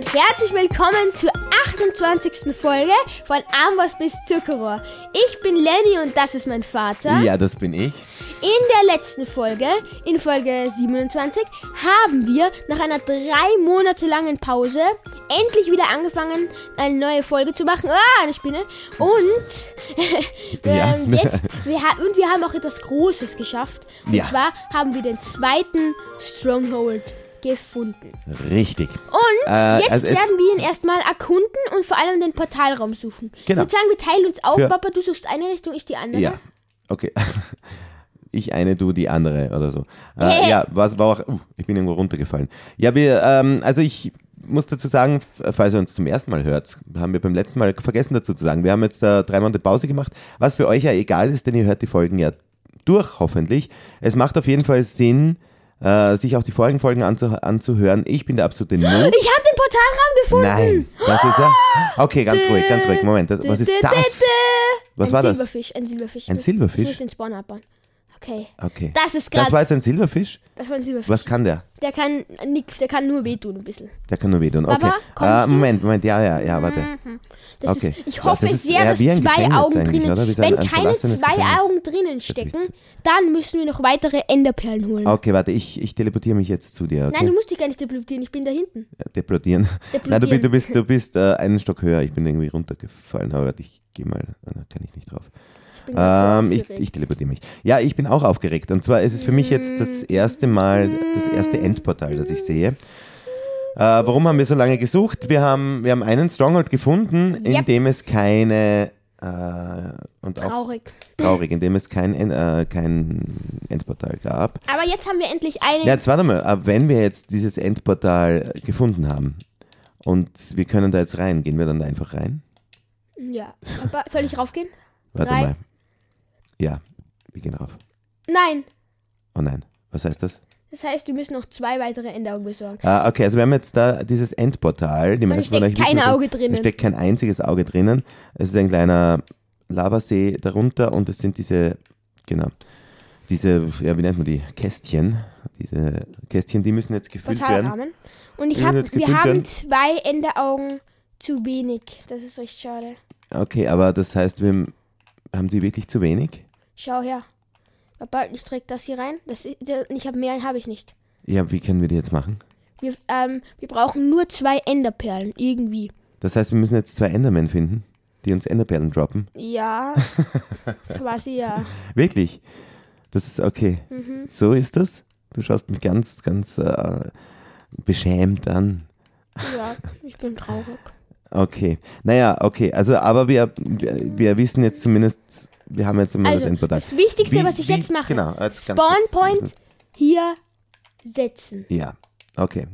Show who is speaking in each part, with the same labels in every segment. Speaker 1: Herzlich willkommen zur 28. Folge von Ambos bis Zuckerrohr. Ich bin Lenny und das ist mein Vater.
Speaker 2: Ja, das bin ich.
Speaker 1: In der letzten Folge, in Folge 27, haben wir nach einer drei Monate langen Pause endlich wieder angefangen, eine neue Folge zu machen. Ah, eine Spinne. Und,
Speaker 2: Ja.
Speaker 1: ähm, jetzt, wir ha- und wir haben auch etwas Großes geschafft. Und
Speaker 2: Ja.
Speaker 1: zwar haben wir den zweiten Stronghold gefunden.
Speaker 2: Richtig.
Speaker 1: Und
Speaker 2: Äh,
Speaker 1: jetzt,
Speaker 2: also jetzt-
Speaker 1: werden wir ihn erstmal erkunden und vor allem den Portalraum suchen. Ich
Speaker 2: Genau.
Speaker 1: würde sagen, wir teilen uns auf,
Speaker 2: Ja.
Speaker 1: Papa, du suchst eine Richtung, ich die andere.
Speaker 2: Ja. Okay. Ich eine, du die andere oder so. Äh, ja, was war auch. Uh, ich bin irgendwo runtergefallen. Ja, wir, ähm, also ich muss dazu sagen, f- falls ihr uns zum ersten Mal hört, haben wir beim letzten Mal vergessen dazu zu sagen. Wir haben jetzt äh, drei Monate Pause gemacht, was für euch ja egal ist, denn ihr hört die Folgen ja durch, hoffentlich. Es macht auf jeden Fall Sinn, äh, sich auch die vorigen Folgen anzuh anzuhören. Ich bin der absolute Noob.
Speaker 1: Ich habe den Portalraum gefunden.
Speaker 2: Nein, was ist er? Okay, ganz ruhig, ganz ruhig. Moment, das, was ist
Speaker 1: Dä, dä,
Speaker 2: das?
Speaker 1: dä.
Speaker 2: Was
Speaker 1: ein
Speaker 2: war das?
Speaker 1: Silberfisch, das? Ein Silberfisch,
Speaker 2: Ein Silberfisch?
Speaker 1: Ich muss den Spawn abbauen. Okay.
Speaker 2: Okay.
Speaker 1: Das ist
Speaker 2: Das
Speaker 1: grad-
Speaker 2: war jetzt ein Silberfisch?
Speaker 1: Das war ein Silberfisch.
Speaker 2: Was kann der?
Speaker 1: Der kann nix, der kann nur wehtun ein bisschen.
Speaker 2: Der kann nur wehtun. Okay.
Speaker 1: Baba, kommst
Speaker 2: Ah,
Speaker 1: du? Mhm.
Speaker 2: Moment, Moment, ja, ja, ja, warte.
Speaker 1: Das
Speaker 2: Okay.
Speaker 1: ist, ich
Speaker 2: Ja,
Speaker 1: hoffe
Speaker 2: das ist
Speaker 1: sehr,
Speaker 2: eher
Speaker 1: dass
Speaker 2: wie ein
Speaker 1: zwei
Speaker 2: Gefängnis
Speaker 1: Augen
Speaker 2: eigentlich,
Speaker 1: drinnen.
Speaker 2: oder? Wie so ein-
Speaker 1: Wenn
Speaker 2: ein
Speaker 1: keine
Speaker 2: verlassenes
Speaker 1: zwei
Speaker 2: Gefängnis.
Speaker 1: Augen drinnen stecken,
Speaker 2: witzig.
Speaker 1: dann müssen wir noch weitere Enderperlen holen.
Speaker 2: Okay, warte, ich, ich teleportiere mich jetzt zu dir.
Speaker 1: Nein, du
Speaker 2: Okay?
Speaker 1: musst dich gar nicht deblutieren, ich bin da hinten.
Speaker 2: Deplodieren. Nein, du
Speaker 1: Deplodieren.
Speaker 2: bist, du bist, du bist äh, einen Stock höher. Ich bin irgendwie runtergefallen, aber warte, ich gehe mal. Ah, Da kann ich nicht drauf.
Speaker 1: Ich bin ganz
Speaker 2: Ähm, ich,
Speaker 1: aufgeregt.
Speaker 2: ich teleportiere mich. Ja, ich bin auch aufgeregt. Und zwar ist es für mich jetzt
Speaker 1: Mhm.
Speaker 2: das erste Mal, das erste Endportal, das ich sehe. Äh, warum haben wir so lange gesucht? Wir haben, wir haben einen Stronghold gefunden, in
Speaker 1: Yep.
Speaker 2: dem es keine äh, und auch
Speaker 1: Traurig.
Speaker 2: traurig, in dem es kein, En- äh, kein Endportal gab.
Speaker 1: Aber jetzt haben wir endlich einen.
Speaker 2: Ja, jetzt warte mal, äh, wenn wir jetzt dieses Endportal äh, gefunden haben und wir können da jetzt rein, gehen wir dann da einfach rein?
Speaker 1: Ja. Aber soll ich raufgehen?
Speaker 2: Warte
Speaker 1: Rein.
Speaker 2: mal. Ja, wir gehen rauf.
Speaker 1: Nein.
Speaker 2: Oh nein, was heißt das?
Speaker 1: Das heißt, wir müssen noch zwei weitere Endaugen besorgen.
Speaker 2: Ah, okay, also wir haben jetzt da dieses Endportal. Die meisten von
Speaker 1: steckt
Speaker 2: euch wissen
Speaker 1: kein
Speaker 2: schon,
Speaker 1: Auge drinnen.
Speaker 2: Da steckt kein einziges Auge drinnen. Es ist ein kleiner Lavasee darunter und es sind diese, genau, diese, ja, wie nennt man die? Kästchen. Diese Kästchen, die müssen jetzt gefüllt werden.
Speaker 1: Portalrahmen. Und ich
Speaker 2: Wir
Speaker 1: hab,
Speaker 2: sind jetzt
Speaker 1: wir
Speaker 2: gefüllt
Speaker 1: haben
Speaker 2: werden.
Speaker 1: zwei Enderaugen zu wenig. Das ist echt schade.
Speaker 2: Okay, aber das heißt, wir haben die wirklich zu wenig?
Speaker 1: Schau her. Papa, ich träg das hier rein. Das ist, der- ich habe mehr, habe ich nicht.
Speaker 2: Ja, wie können wir die jetzt machen?
Speaker 1: Wir, ähm, wir brauchen nur zwei Enderperlen. Irgendwie.
Speaker 2: Das heißt, wir müssen jetzt zwei Endermen finden, die uns Enderperlen droppen.
Speaker 1: Ja. quasi ja.
Speaker 2: Wirklich? Das ist okay. So ist das? Du schaust mich ganz, ganz äh, beschämt an.
Speaker 1: Ja. Ich bin traurig.
Speaker 2: Okay. Naja, okay. Also, aber wir, wir, wir wissen jetzt zumindest, wir haben jetzt einmal
Speaker 1: Also,
Speaker 2: das Endportal.
Speaker 1: das Wichtigste,
Speaker 2: Wie-
Speaker 1: was ich
Speaker 2: wie-
Speaker 1: jetzt mache,
Speaker 2: Genau. jetzt ganz
Speaker 1: Spawn
Speaker 2: kurz.
Speaker 1: Point hier setzen.
Speaker 2: Ja, okay.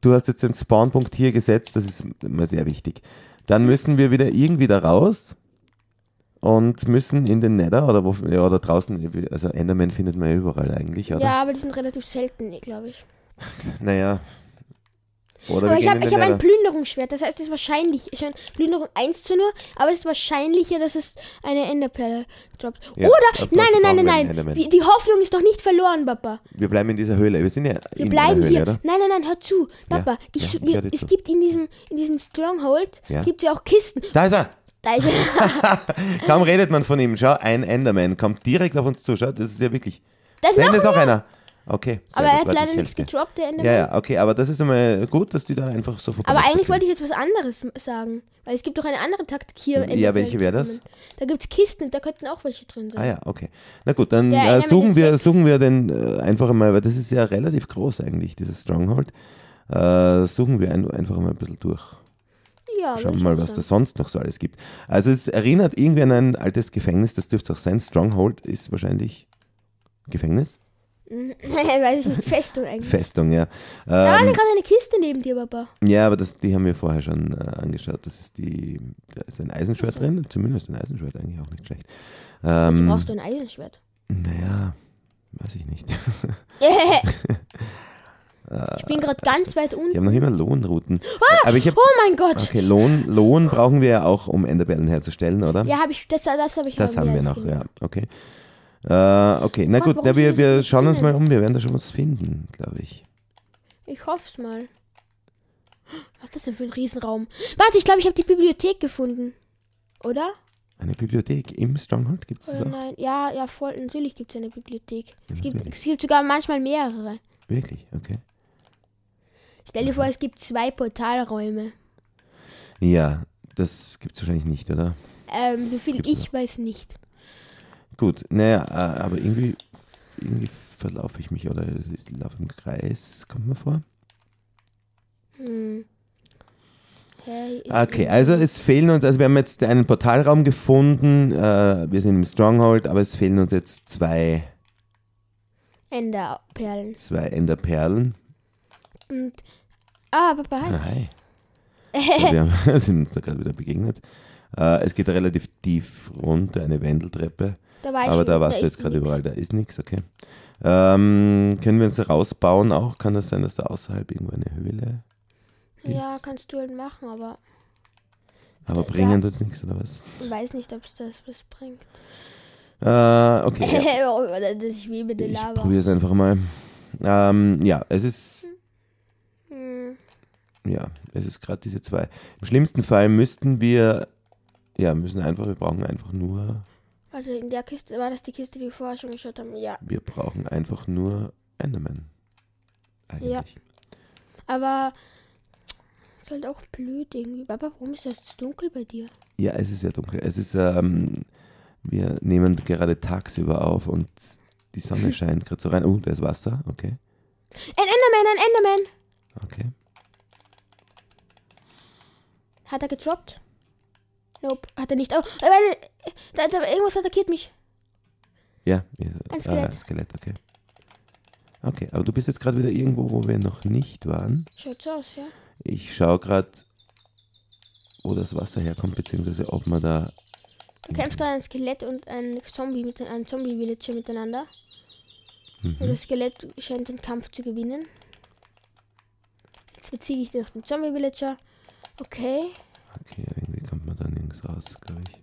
Speaker 2: Du hast jetzt den Spawnpunkt hier gesetzt, das ist immer sehr wichtig. Dann müssen wir wieder irgendwie da raus und müssen in den Nether oder, wo, ja, oder draußen, also Enderman findet man ja überall eigentlich, oder?
Speaker 1: Ja, aber die sind relativ selten, glaube ich.
Speaker 2: Naja. Oder
Speaker 1: Aber
Speaker 2: wir
Speaker 1: ich
Speaker 2: gehen
Speaker 1: habe
Speaker 2: in
Speaker 1: ich
Speaker 2: den
Speaker 1: hab ein
Speaker 2: Nether.
Speaker 1: Plünderungsschwert, das heißt, es ist wahrscheinlich, schon Plünderung 1 zu 0, aber es ist wahrscheinlicher, dass es eine Enderperle droppt.
Speaker 2: Ja,
Speaker 1: Oder,
Speaker 2: ab
Speaker 1: nein,
Speaker 2: draußen
Speaker 1: nein,
Speaker 2: brauchen wir
Speaker 1: nein, nein,
Speaker 2: ein
Speaker 1: nein,
Speaker 2: Enderman.
Speaker 1: wie- die Hoffnung ist noch nicht verloren, Papa.
Speaker 2: Wir bleiben in dieser Höhle. Wir sind ja
Speaker 1: Wir
Speaker 2: in
Speaker 1: bleiben
Speaker 2: einer Höhle,
Speaker 1: hier.
Speaker 2: oder?
Speaker 1: Nein, nein, nein, hör zu.
Speaker 2: Ja,
Speaker 1: Papa, ich,
Speaker 2: ja,
Speaker 1: su-
Speaker 2: ich
Speaker 1: wir,
Speaker 2: hör dir
Speaker 1: es
Speaker 2: zu.
Speaker 1: gibt in diesem, in diesem Stronghold,
Speaker 2: Ja.
Speaker 1: gibt ja auch Kisten.
Speaker 2: Da ist er!
Speaker 1: Da ist
Speaker 2: Kaum redet man von ihm. Schau, ein Enderman kommt direkt auf uns zu. Schau, das ist ja wirklich.
Speaker 1: Da ist
Speaker 2: Nein,
Speaker 1: noch
Speaker 2: da ist auch einer. Okay. sehr
Speaker 1: aber er
Speaker 2: gut,
Speaker 1: hat
Speaker 2: warte,
Speaker 1: leider
Speaker 2: ich
Speaker 1: nichts
Speaker 2: helfe dir.
Speaker 1: gedroppt, der Enderman.
Speaker 2: Ja, ja, okay, aber das ist immer gut, dass die da einfach so vorbei
Speaker 1: Aber eigentlich wollte ich jetzt was anderes sagen. Weil es gibt doch eine andere Taktik hier. im
Speaker 2: Ja,
Speaker 1: Enderman
Speaker 2: welche
Speaker 1: zu
Speaker 2: wäre das?
Speaker 1: kommen. Da gibt es Kisten, da könnten auch welche drin sein.
Speaker 2: Ah ja, okay. Na gut, dann
Speaker 1: Der Enderman
Speaker 2: äh, suchen,
Speaker 1: ist
Speaker 2: wir,
Speaker 1: weg.
Speaker 2: suchen wir den äh, einfach mal, weil das ist ja relativ groß eigentlich, dieses Stronghold. Äh, suchen wir ein, einfach mal ein bisschen durch.
Speaker 1: Ja, würd
Speaker 2: Schauen wir
Speaker 1: ich
Speaker 2: mal,
Speaker 1: auch
Speaker 2: was
Speaker 1: sagen.
Speaker 2: da sonst noch so alles gibt. Also es erinnert irgendwie an ein altes Gefängnis, das dürfte es auch sein. Stronghold ist wahrscheinlich Gefängnis?
Speaker 1: Weiß ich nicht, Festung eigentlich.
Speaker 2: Festung, ja.
Speaker 1: da war
Speaker 2: Ähm,
Speaker 1: gerade eine Kiste neben dir, Papa.
Speaker 2: ja, aber das, die haben wir vorher schon äh, angeschaut. Das ist die, da ist ein Eisenschwert drin, zumindest ein Eisenschwert, eigentlich auch nicht schlecht.
Speaker 1: Jetzt
Speaker 2: Ähm,
Speaker 1: brauchst du ein Eisenschwert.
Speaker 2: naja, weiß ich nicht.
Speaker 1: ich bin gerade ganz weit
Speaker 2: Die
Speaker 1: unten.
Speaker 2: haben noch immer Lohnrouten. Aber ich habe.
Speaker 1: Oh mein Gott!
Speaker 2: Okay, Lohn, Lohn brauchen wir ja auch, um Enderbellen herzustellen, oder?
Speaker 1: Ja, habe ich, das, das habe ich
Speaker 2: Das
Speaker 1: aber
Speaker 2: haben
Speaker 1: mir
Speaker 2: wir
Speaker 1: jetzt
Speaker 2: noch,
Speaker 1: gemerkt.
Speaker 2: ja. Okay. Äh, okay, na
Speaker 1: Gott,
Speaker 2: gut,
Speaker 1: warum
Speaker 2: na, wir,
Speaker 1: sind das
Speaker 2: wir
Speaker 1: so
Speaker 2: schauen uns
Speaker 1: Spinnen?
Speaker 2: mal um, wir werden da schon was finden, glaube ich.
Speaker 1: Ich hoffe es mal. Was ist das denn für ein Riesenraum? Warte, ich glaube, ich habe die Bibliothek gefunden. Oder?
Speaker 2: Eine Bibliothek im Stronghold gibt es das
Speaker 1: Oder
Speaker 2: auch?
Speaker 1: nein? Ja, ja, voll. Natürlich gibt es ja eine Bibliothek. Es gibt,
Speaker 2: natürlich.
Speaker 1: es gibt sogar manchmal mehrere.
Speaker 2: Wirklich, okay.
Speaker 1: Stell dir vor, es gibt zwei Portalräume.
Speaker 2: Ja, das gibt es wahrscheinlich nicht, oder?
Speaker 1: Ähm, so viel
Speaker 2: Gibt's
Speaker 1: ich weiß nicht.
Speaker 2: Gut, naja, äh, aber irgendwie, irgendwie verlaufe ich mich oder ich laufe im Kreis, kommt mir vor.
Speaker 1: Hm. Hä, ist
Speaker 2: Okay, also es fehlen uns, also wir haben jetzt einen Portalraum gefunden, äh, wir sind im Stronghold, aber es fehlen uns jetzt zwei,
Speaker 1: Enderperlen.
Speaker 2: zwei Enderperlen.
Speaker 1: Und. Ah, Papa, hi.
Speaker 2: Hi. So, wir haben, sind uns da gerade wieder begegnet. Äh, es geht relativ tief runter, eine Wendeltreppe.
Speaker 1: Da war Ah, ich
Speaker 2: Aber
Speaker 1: schon,
Speaker 2: da warst du
Speaker 1: ist
Speaker 2: jetzt gerade
Speaker 1: nix.
Speaker 2: überall, da ist nichts, okay. Ähm, können wir uns da rausbauen auch? Kann das sein, dass da außerhalb irgendwo eine Höhle ist?
Speaker 1: Ja, kannst du halt machen, aber
Speaker 2: Aber bringen tut's nichts, oder was?
Speaker 1: ich weiß nicht, ob es das was bringt.
Speaker 2: Äh, okay. ja.
Speaker 1: Oh, das Spiel mit der
Speaker 2: Ich
Speaker 1: Lava.
Speaker 2: probiere es einfach mal. Ähm, ja, es ist,
Speaker 1: Hm.
Speaker 2: ja, es ist gerade diese zwei. Im schlimmsten Fall müssten wir, ja, müssen einfach, wir brauchen einfach nur,
Speaker 1: Warte, Also in der Kiste, war das die Kiste, die wir vorher schon geschaut haben? Ja.
Speaker 2: wir brauchen einfach nur Enderman. Eigentlich.
Speaker 1: Aber ist halt auch blöd irgendwie. Papa, warum ist das so dunkel bei dir?
Speaker 2: Ja, es ist sehr dunkel. Es ist, ähm, wir nehmen gerade tagsüber auf und die Sonne scheint gerade so rein. Oh, da ist Wasser. Okay,
Speaker 1: Ein Enderman, ein Enderman!
Speaker 2: okay.
Speaker 1: Hat er gedroppt? Nope, hat er nicht. Oh, äh, warte, äh, da, da, irgendwas attackiert mich.
Speaker 2: Ja, ja,
Speaker 1: Ein
Speaker 2: Ah,
Speaker 1: Skelett.
Speaker 2: Skelett, okay. Okay, aber du bist jetzt gerade wieder irgendwo, wo wir noch nicht waren.
Speaker 1: Schaut so aus, ja?
Speaker 2: Ich schaue gerade, wo das Wasser herkommt, beziehungsweise ob man da.
Speaker 1: Du kämpfst gerade ein Skelett und ein Zombie mit ein Zombie-Villager miteinander.
Speaker 2: Mhm.
Speaker 1: Und das Skelett scheint den Kampf zu gewinnen. Jetzt beziehe ich durch den Zombie-Villager. Okay.
Speaker 2: Okay, irgendwie kommt man da nirgends raus, glaube ich.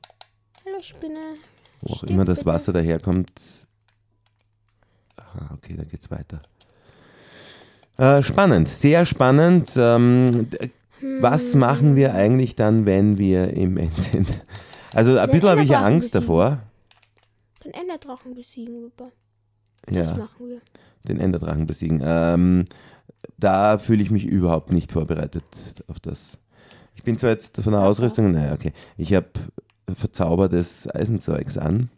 Speaker 1: Hallo Spinne.
Speaker 2: Wo auch
Speaker 1: Stimmt,
Speaker 2: immer das
Speaker 1: bitte.
Speaker 2: Wasser daherkommt. Aha, okay, da geht's weiter. Äh, spannend, sehr spannend. Ähm, d-
Speaker 1: Hm.
Speaker 2: was machen wir eigentlich dann, wenn wir im End sind? Also ein
Speaker 1: Den
Speaker 2: bisschen habe ich ja
Speaker 1: Enderdrachen
Speaker 2: Angst
Speaker 1: besiegen.
Speaker 2: davor.
Speaker 1: Den Enderdrachen besiegen, Papa. Das
Speaker 2: Ja,
Speaker 1: machen wir.
Speaker 2: den Enderdrachen besiegen. Ähm, da fühle ich mich überhaupt nicht vorbereitet auf das. Ich bin zwar jetzt von der Ausrüstung, naja, okay. Ich habe verzaubertes Eisenzeugs an.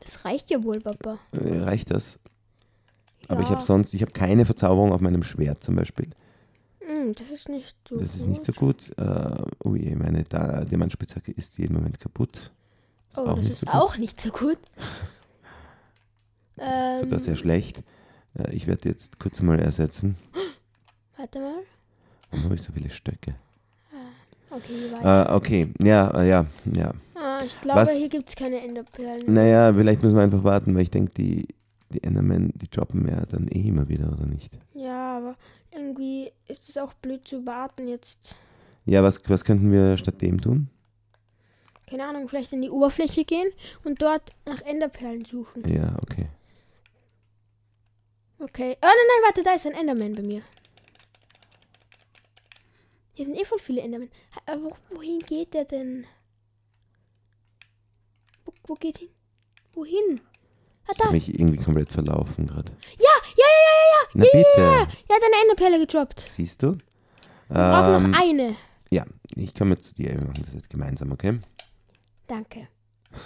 Speaker 1: Das reicht ja wohl, Papa.
Speaker 2: Äh, Reicht das? Aber ich
Speaker 1: Ja.
Speaker 2: habe sonst, ich habe keine Verzauberung auf meinem Schwert zum Beispiel.
Speaker 1: Hm, das ist nicht so.
Speaker 2: Das ist nicht so gut. Äh, oh je, meine da Diamantspitzhacke ist jeden Moment kaputt. Ist
Speaker 1: Oh,
Speaker 2: auch
Speaker 1: das
Speaker 2: nicht
Speaker 1: ist
Speaker 2: so gut.
Speaker 1: auch nicht so gut.
Speaker 2: Das ist sogar
Speaker 1: ähm,
Speaker 2: sehr schlecht. Äh, ich werde jetzt kurz mal ersetzen.
Speaker 1: warte mal.
Speaker 2: Warum habe ich so viele Stöcke?
Speaker 1: Okay, weiter.
Speaker 2: Äh, okay, ja, äh, ja, ja.
Speaker 1: ah, ich glaube,
Speaker 2: was- Ne.
Speaker 1: hier gibt es keine Enderperlen.
Speaker 2: Naja, vielleicht müssen wir einfach warten, weil ich denke, die, die Endermen, die droppen ja dann eh immer wieder, oder nicht?
Speaker 1: Ja, aber irgendwie ist es auch blöd zu warten jetzt.
Speaker 2: Ja, was, was könnten wir statt dem tun?
Speaker 1: Keine Ahnung, vielleicht in die Oberfläche gehen und dort nach Enderperlen suchen.
Speaker 2: Ja, okay.
Speaker 1: Okay. Oh nein, nein, warte, da ist ein Enderman bei mir. Hier sind eh voll viele Enderman. Aber wo- wohin geht der denn? Wo, wo geht hin? Wohin? Ah,
Speaker 2: Ich
Speaker 1: da.
Speaker 2: habe mich irgendwie komplett verlaufen gerade.
Speaker 1: Ja, ja, ja, ja, ja, ja.
Speaker 2: Na bitte!
Speaker 1: Er hat eine Enderperle gedroppt.
Speaker 2: Siehst du?
Speaker 1: Wir brauchen
Speaker 2: Ähm,
Speaker 1: noch eine.
Speaker 2: ja, ich komme jetzt zu dir. Wir machen das jetzt gemeinsam, okay?
Speaker 1: Danke.
Speaker 2: Ja,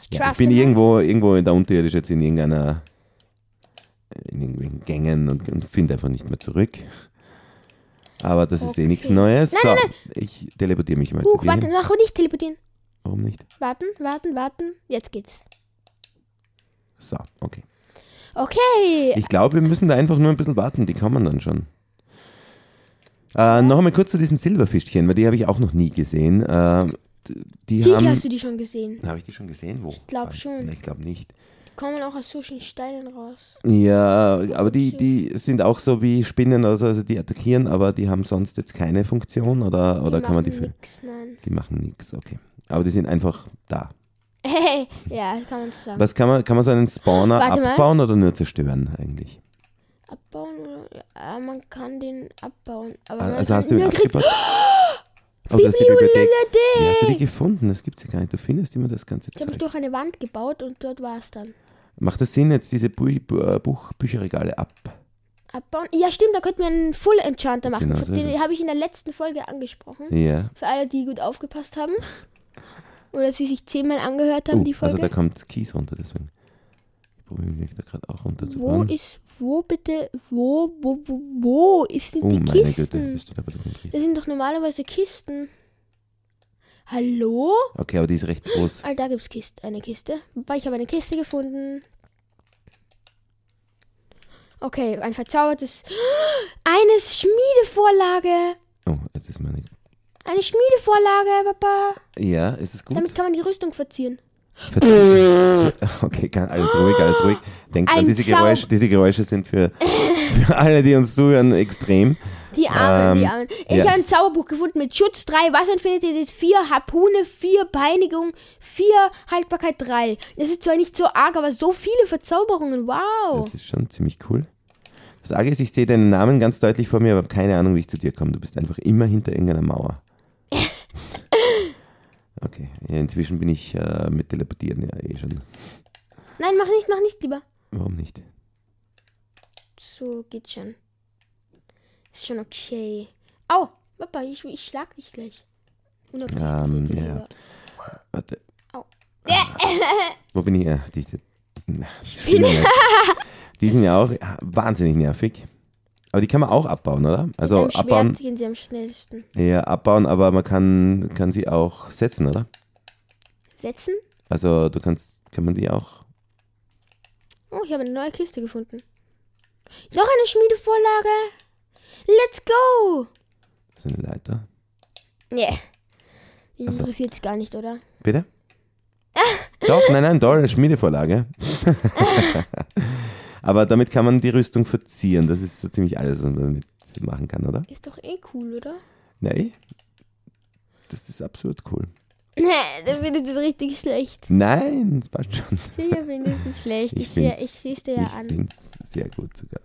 Speaker 2: ich bin
Speaker 1: crafte
Speaker 2: irgendwo, irgendwo in der Unterirdisch jetzt in irgendeiner äh, in irgendwelchen Gängen und, und finde einfach nicht mehr zurück. Aber das ist eh nichts
Speaker 1: Okay.
Speaker 2: Neues.
Speaker 1: Nein,
Speaker 2: so,
Speaker 1: nein,
Speaker 2: ich teleportiere mich mal
Speaker 1: mal- Huch,
Speaker 2: zu dir.
Speaker 1: warte,
Speaker 2: hin.
Speaker 1: nach und nicht teleportieren.
Speaker 2: Warum nicht?
Speaker 1: Warten, warten, warten. Jetzt geht's.
Speaker 2: So, okay.
Speaker 1: Okay.
Speaker 2: Ich glaube, wir müssen da einfach nur ein bisschen warten. Die kommen dann schon. Äh, noch einmal kurz zu diesen Silberfischchen, weil die habe ich auch noch nie gesehen. Äh, d- die
Speaker 1: Sicher
Speaker 2: haben.
Speaker 1: hast du die schon gesehen.
Speaker 2: Habe ich die schon gesehen? Wo? Ich
Speaker 1: glaub schon.
Speaker 2: Ich glaube nicht.
Speaker 1: Die kommen auch aus solchen Steinen raus.
Speaker 2: Ja, aber die, die sind auch so wie Spinnen, also, also die attackieren, aber die haben sonst jetzt keine Funktion oder, oder kann man die für.
Speaker 1: Nix, nein.
Speaker 2: Die machen nichts, okay. Aber die sind einfach da.
Speaker 1: Hey, ja, kann man so sagen.
Speaker 2: Was kann man, kann man so einen Spawner
Speaker 1: Warte mal.
Speaker 2: abbauen oder nur zerstören eigentlich?
Speaker 1: Abbauen oder. Ja, Ah, man kann den abbauen. Aber man
Speaker 2: Also
Speaker 1: kann-
Speaker 2: hast du ihn
Speaker 1: man kriegt-
Speaker 2: abgebaut? Oh, du hast die Bibliothek. Wie hast du die
Speaker 1: Bibliothek!
Speaker 2: gefunden? Das gibt's ja gar nicht. Du findest immer das ganze
Speaker 1: Ich habe es
Speaker 2: Zeug.
Speaker 1: durch eine Wand gebaut und dort war es dann.
Speaker 2: Macht das Sinn, jetzt diese Bu Bu äh, Buch Bücherregale ab?
Speaker 1: Abbauen. Ja, stimmt, da könnten wir einen Full Enchanter machen.
Speaker 2: Genau, so ist
Speaker 1: den
Speaker 2: es.
Speaker 1: habe ich in der letzten Folge angesprochen.
Speaker 2: Ja.
Speaker 1: Für alle, die gut aufgepasst haben. Oder sie sich zehnmal angehört haben,
Speaker 2: Oh,
Speaker 1: die Folge.
Speaker 2: also da kommt Kies runter, deswegen. Ich probiere mich da gerade auch
Speaker 1: wo
Speaker 2: runterzubauen.
Speaker 1: ist, wo bitte, wo, wo, wo, wo ist denn
Speaker 2: Oh
Speaker 1: die
Speaker 2: meine Güte,
Speaker 1: Kisten?
Speaker 2: bist du da bei dem Kies?
Speaker 1: das sind doch normalerweise Kisten. Hallo?
Speaker 2: Okay, aber die ist recht groß.
Speaker 1: Ah, da gibt's Kist eine Kiste. Wobei, ich habe eine Kiste gefunden. Okay, ein verzaubertes. Eine Schmiedevorlage!
Speaker 2: Oh, jetzt ist meine.
Speaker 1: Eine Schmiedevorlage, Papa!
Speaker 2: Ja, ist es gut?
Speaker 1: Damit kann man die Rüstung verzieren.
Speaker 2: Verzicht. Okay, kann, alles ruhig, alles ruhig. Denkt
Speaker 1: Ein
Speaker 2: dran, diese
Speaker 1: Saub-
Speaker 2: Geräusche, diese Geräusche sind für, für alle, die uns zuhören, extrem.
Speaker 1: Die Armen, die
Speaker 2: Ähm,
Speaker 1: Armen. Ich
Speaker 2: ja.
Speaker 1: habe ein Zauberbuch gefunden mit Schutz 3, Wasseraffinität 4, Harpune 4, Peinigung 4, Haltbarkeit 3. Das ist zwar nicht so arg, aber so viele Verzauberungen. Wow.
Speaker 2: Das ist schon ziemlich cool. Das Arge ist, ich sehe deinen Namen ganz deutlich vor mir, aber habe keine Ahnung, wie ich zu dir komme. Du bist einfach immer hinter irgendeiner Mauer. Okay, ja, inzwischen bin ich äh, mit Teleportieren ja eh schon.
Speaker 1: Nein, mach nicht, mach nicht lieber.
Speaker 2: Warum nicht?
Speaker 1: So, geht schon. Ist schon okay. Au, Papa, ich, ich schlag dich gleich.
Speaker 2: Ähm,
Speaker 1: Unabsichtlich.
Speaker 2: ja. Warte.
Speaker 1: Au.
Speaker 2: Ah. Wo bin ich? Ja, die, die, na, die, Spinnen jetzt. die sind ja auch äh, wahnsinnig nervig. Aber die kann man auch abbauen, oder? Also
Speaker 1: Am Schwert
Speaker 2: abbauen,
Speaker 1: gehen sie am schnellsten.
Speaker 2: ja, abbauen, aber man kann, kann sie auch setzen, oder?
Speaker 1: Setzen?
Speaker 2: Also du kannst, kann man die auch.
Speaker 1: Oh, ich habe eine neue Kiste gefunden. Noch eine Schmiedevorlage. Let's go.
Speaker 2: Das ist eine Leiter.
Speaker 1: Nee. Die
Speaker 2: Ach so.
Speaker 1: interessiert's gar nicht, oder?
Speaker 2: Bitte? Doch, nein, nein, tolle Schmiedevorlage. aber damit kann man die Rüstung verzieren. Das ist so ziemlich alles, was man damit machen kann, oder?
Speaker 1: Ist doch eh cool, oder?
Speaker 2: Nein. Das ist absolut cool.
Speaker 1: Nee, dann findet es richtig schlecht.
Speaker 2: Nein, das passt schon.
Speaker 1: Sicher findet es schlecht.
Speaker 2: Ich
Speaker 1: Ich, seh-
Speaker 2: find's-
Speaker 1: ich sehe es dir ja
Speaker 2: ich
Speaker 1: an.
Speaker 2: finde es sehr gut sogar.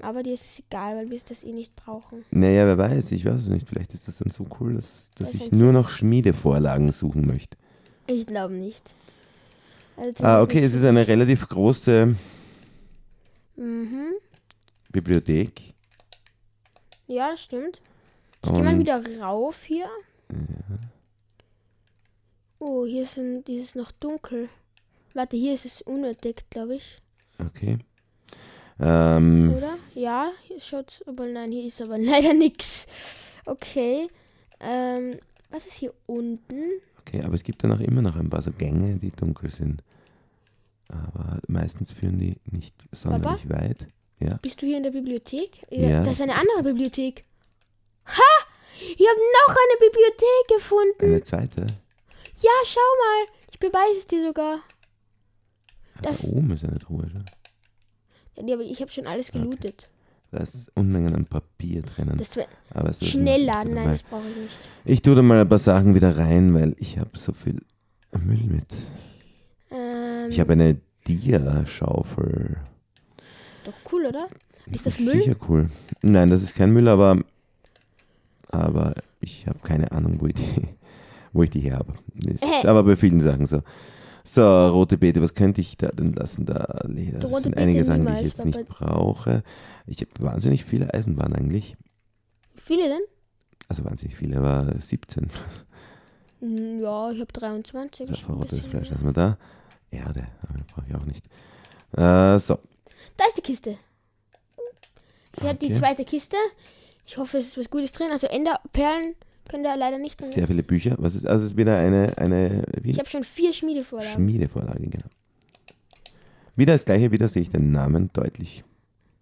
Speaker 1: Aber dir ist es egal, weil wir es das eh nicht brauchen.
Speaker 2: Naja, wer weiß, ich weiß es nicht. Vielleicht ist das dann so cool, dass, es, dass
Speaker 1: Vielleicht
Speaker 2: ich
Speaker 1: find's-
Speaker 2: nur noch Schmiedevorlagen suchen möchte.
Speaker 1: Ich glaube nicht. Also
Speaker 2: Ah, okay, es ist eine relativ große
Speaker 1: Mhm.
Speaker 2: Bibliothek.
Speaker 1: Ja, das stimmt. Ich geh mal
Speaker 2: Und
Speaker 1: wieder rauf hier. Oh, hier, sind, hier ist noch dunkel. Warte, hier ist es unentdeckt, glaube ich.
Speaker 2: okay. Ähm,
Speaker 1: Oder? Ja, hier schaut's. Aber nein, hier ist aber leider nix. Okay. Ähm, was ist hier unten?
Speaker 2: okay, aber es gibt dann auch immer noch ein paar so Gänge, die dunkel sind. Aber meistens führen die nicht sonderlich weit. Ja.
Speaker 1: Bist du hier in der Bibliothek?
Speaker 2: Ja.
Speaker 1: Das ist eine andere Bibliothek. Ha! Ich habe noch eine Bibliothek gefunden.
Speaker 2: Eine zweite.
Speaker 1: Ja, schau mal. Ich beweise es dir sogar.
Speaker 2: Ah, Da
Speaker 1: Das-
Speaker 2: oben ist eine Truhe schon.
Speaker 1: Ja, aber ich habe schon alles gelootet.
Speaker 2: Da ist Unmengen an Papier drinnen.
Speaker 1: Das wär,
Speaker 2: Aber es wird
Speaker 1: schnell
Speaker 2: nicht-
Speaker 1: laden, nein,
Speaker 2: Nein.
Speaker 1: das brauche ich nicht.
Speaker 2: Ich tue da mal ein paar Sachen wieder rein, weil ich habe so viel Müll mit.
Speaker 1: Ähm,
Speaker 2: Ich habe eine Dia-Schaufel.
Speaker 1: doch cool, oder? Ist das
Speaker 2: Ist
Speaker 1: Müll?
Speaker 2: Sicher cool. Nein, das ist kein Müll, aber, aber ich habe keine Ahnung, wo ich die, wo ich die her habe. Ist
Speaker 1: Äh.
Speaker 2: aber bei vielen Sachen so. So, rote Beete, was könnte ich da denn lassen? Da Leder.
Speaker 1: Rote
Speaker 2: Das sind
Speaker 1: Beete
Speaker 2: einige Sachen, die ich
Speaker 1: niemals,
Speaker 2: jetzt nicht brauche. Ich habe wahnsinnig viele Eisenbahnen eigentlich.
Speaker 1: Wie viele denn?
Speaker 2: Also wahnsinnig viele, aber 17.
Speaker 1: Hm, Ja, ich habe 23.
Speaker 2: Das
Speaker 1: ich bin ein
Speaker 2: verrottetes
Speaker 1: bisschen-
Speaker 2: Fleisch lassen wir da. Erde, aber brauche ich auch nicht. Äh, so,
Speaker 1: Da ist die Kiste. Ich habe die
Speaker 2: Okay.
Speaker 1: zweite Kiste. Ich hoffe, es ist was Gutes drin. Also Enderperlen können da leider nicht drin. sein.
Speaker 2: sehr viele Bücher. Was ist, also es ist wieder eine, eine wie?
Speaker 1: Ich habe schon vier Schmiedevorlagen.
Speaker 2: Schmiedevorlage, genau. Wieder das gleiche, wieder sehe ich den Namen deutlich,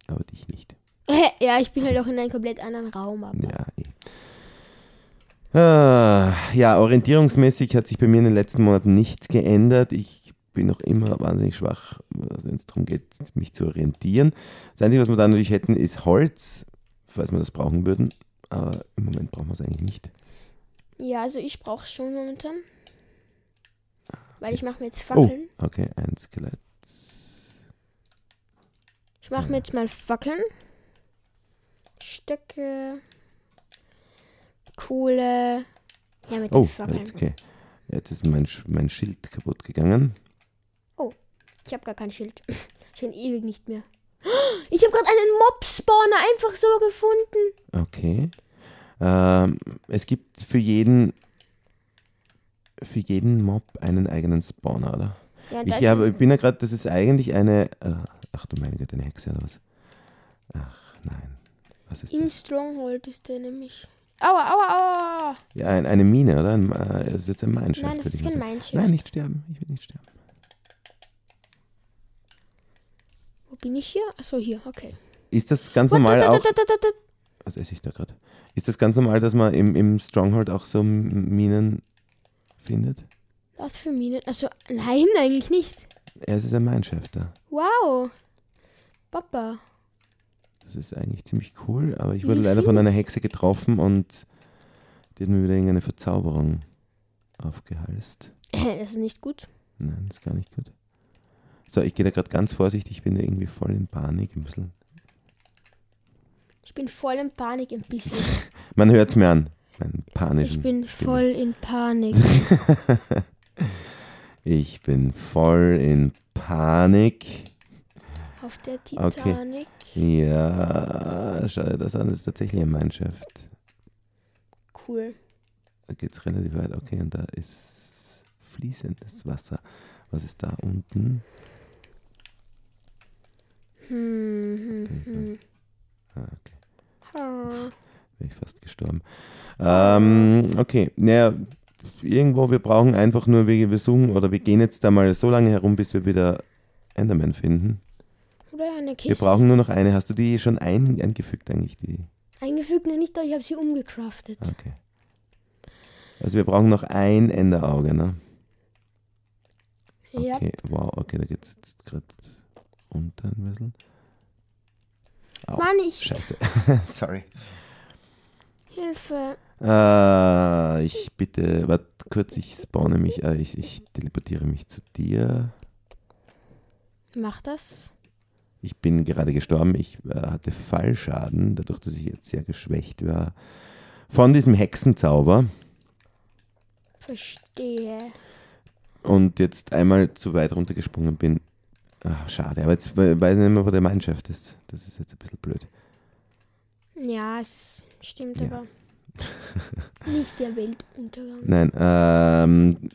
Speaker 2: aber dich nicht.
Speaker 1: ja, ich bin halt auch in einem komplett anderen Raum. Aber.
Speaker 2: Ja, eh. Ah, ja, orientierungsmäßig hat sich bei mir in den letzten Monaten nichts geändert. Ich bin noch immer wahnsinnig schwach, wenn es darum geht, mich zu orientieren. Das Einzige, was wir da natürlich hätten, ist Holz, falls wir das brauchen würden. Aber im Moment brauchen wir es eigentlich nicht.
Speaker 1: Ja, also ich brauche es schon momentan. Weil ich mache mir jetzt
Speaker 2: Oh,
Speaker 1: Fackeln.
Speaker 2: okay, ein Skelett.
Speaker 1: Ich Ich mache mir jetzt mal Fackeln. Stöcke. Kohle. Ja, mit den
Speaker 2: Oh,
Speaker 1: Fackeln.
Speaker 2: jetzt, okay. Jetzt ist mein, Sch- mein Schild kaputt gegangen.
Speaker 1: Oh, ich habe gar kein Schild. Schon ewig nicht mehr. Ich habe gerade einen Mob-Spawner einfach so gefunden.
Speaker 2: Okay. Ähm, es gibt für jeden für jeden Mob einen eigenen Spawner, oder?
Speaker 1: Ja, da
Speaker 2: Ich,
Speaker 1: ist-
Speaker 2: hab, ich bin ja gerade, das ist eigentlich eine. Äh, ach du meine Güte, eine Hexe oder was? Ach nein. Was ist
Speaker 1: Im
Speaker 2: das?
Speaker 1: Stronghold ist der nämlich. Aua, aua, aua.
Speaker 2: Ja, ein, eine Mine, oder? Ein, äh, das ist jetzt ein Mineshaft.
Speaker 1: Nein, das
Speaker 2: würde
Speaker 1: ist
Speaker 2: ich mal
Speaker 1: kein
Speaker 2: sagen.
Speaker 1: Mineshaft.
Speaker 2: Nein, nicht sterben. Ich will nicht sterben.
Speaker 1: Wo bin ich hier? Achso, hier, okay.
Speaker 2: Ist das ganz normal
Speaker 1: Da, da,
Speaker 2: auch.
Speaker 1: da, da, da, da.
Speaker 2: Was esse ich da gerade? Ist das ganz normal, dass man im, im Stronghold auch so M- Minen findet?
Speaker 1: Was für Minen? Also, nein, eigentlich nicht.
Speaker 2: Ja, es ist ein Mineshaft da.
Speaker 1: Wow. Papa.
Speaker 2: Das ist eigentlich ziemlich cool, aber ich wurde leider von einer Hexe getroffen und die hat mir wieder irgendeine Verzauberung aufgehalst.
Speaker 1: Das ist nicht gut.
Speaker 2: Nein, ist gar nicht gut. So, ich gehe da gerade ganz vorsichtig, ich bin da irgendwie voll in Panik ein bisschen.
Speaker 1: Ich bin voll in Panik ein bisschen.
Speaker 2: Man hört es mir an. Mein panischen
Speaker 1: Ich bin
Speaker 2: Stimme.
Speaker 1: voll in Panik.
Speaker 2: Ich bin voll in Panik.
Speaker 1: Auf der
Speaker 2: Okay.
Speaker 1: Titanic.
Speaker 2: Ja, schau dir das an, das ist tatsächlich ein Mannschaft.
Speaker 1: Cool.
Speaker 2: Da geht es relativ weit. Okay, und da ist fließendes Wasser. Was ist da unten?
Speaker 1: Hm, hm, hm.
Speaker 2: Ah, okay.
Speaker 1: Ah.
Speaker 2: Wäre ich fast gestorben. Ähm, okay, naja, irgendwo, wir brauchen einfach nur, wir, wir suchen oder wir gehen jetzt da mal so lange herum, bis wir wieder Enderman finden.
Speaker 1: Oder eine
Speaker 2: Wir
Speaker 1: Kiste.
Speaker 2: brauchen nur noch eine. Hast du die schon ein, eingefügt eigentlich? Die?
Speaker 1: Eingefügt noch nicht, aber ich habe sie umgecraftet.
Speaker 2: Okay. Also wir brauchen noch ein Enderauge, ne?
Speaker 1: Ja.
Speaker 2: Okay, wow, okay, da geht's jetzt gerade unter ein bisschen. Au,
Speaker 1: Mann, ich.
Speaker 2: Scheiße. Sorry.
Speaker 1: Hilfe.
Speaker 2: Äh, ich bitte, warte kurz, ich spawne mich, äh, ich, ich teleportiere mich zu dir.
Speaker 1: Mach das.
Speaker 2: Ich bin gerade gestorben, ich äh, hatte Fallschaden, dadurch, dass ich jetzt sehr geschwächt war. Von diesem Hexenzauber
Speaker 1: Verstehe.
Speaker 2: und jetzt einmal zu weit runtergesprungen bin. Ach, schade, aber jetzt we- weiß ich nicht mehr, wo der Mannschaft ist. Das ist jetzt ein bisschen blöd.
Speaker 1: Ja, es ist- stimmt
Speaker 2: Ja.
Speaker 1: aber. nicht der Weltuntergang.
Speaker 2: Nein, ähm,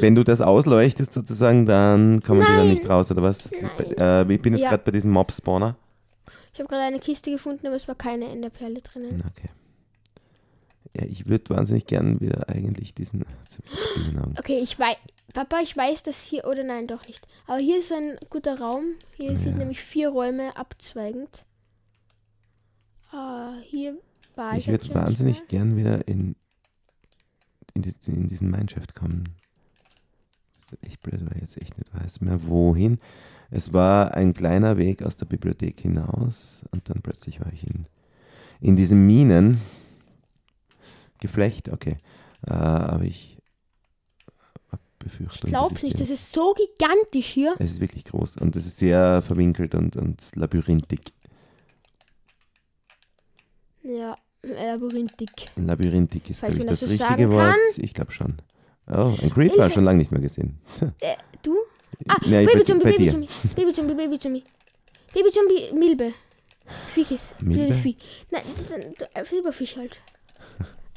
Speaker 2: wenn du das ausleuchtest sozusagen, dann kommen die da
Speaker 1: Nein.
Speaker 2: nicht raus, oder was? Äh, ich bin jetzt
Speaker 1: Ja.
Speaker 2: gerade bei diesem Mob-Spawner.
Speaker 1: Ich habe gerade eine Kiste gefunden, aber es war keine Enderperle drinnen.
Speaker 2: Na, Okay. Ja, ich würde wahnsinnig gern wieder eigentlich diesen. äh, Jetzt hab ich Spinnenaugen.
Speaker 1: Okay, ich weiß. Papa, ich weiß, dass hier. Oder nein, doch nicht. Aber hier ist ein guter Raum. Hier sind nämlich vier Räume abzweigend. Ah, hier war ich.
Speaker 2: Ich würde
Speaker 1: jetzt schon nicht
Speaker 2: wahnsinnig
Speaker 1: mehr.
Speaker 2: gern wieder in, in, die, in diesen Mindshift kommen. Das ist echt blöd, weil ich jetzt echt nicht weiß mehr wohin. Es war ein kleiner Weg aus der Bibliothek hinaus und dann plötzlich war ich in, in diesem Minen. Geflecht, okay. Äh, aber ich hab Befürchtung.
Speaker 1: Ich
Speaker 2: dass
Speaker 1: glaub's nicht,
Speaker 2: den-
Speaker 1: das ist so gigantisch hier.
Speaker 2: Es ist wirklich groß und es ist sehr verwinkelt und, und labyrinthisch.
Speaker 1: Ja, äh, labyrinthick.
Speaker 2: Labyrinthisch ist,
Speaker 1: Falls
Speaker 2: glaube
Speaker 1: man
Speaker 2: ich,
Speaker 1: das
Speaker 2: das,
Speaker 1: so
Speaker 2: richtige
Speaker 1: sagen
Speaker 2: Wort.
Speaker 1: kann.
Speaker 2: Ich glaube schon. Oh, ein Creeper,
Speaker 1: Hilfe.
Speaker 2: schon lange nicht mehr gesehen.
Speaker 1: Du? Ah,
Speaker 2: Ja, ich-
Speaker 1: Baby
Speaker 2: bei,
Speaker 1: Zombie,
Speaker 2: bei
Speaker 1: Baby
Speaker 2: dir.
Speaker 1: Zombie, Baby Zombie, Baby Zombie. Baby Zombie, Milbe. Fickes.
Speaker 2: Milbe?
Speaker 1: Blödes Vieh. Nein, d- d- d- Silberfisch halt.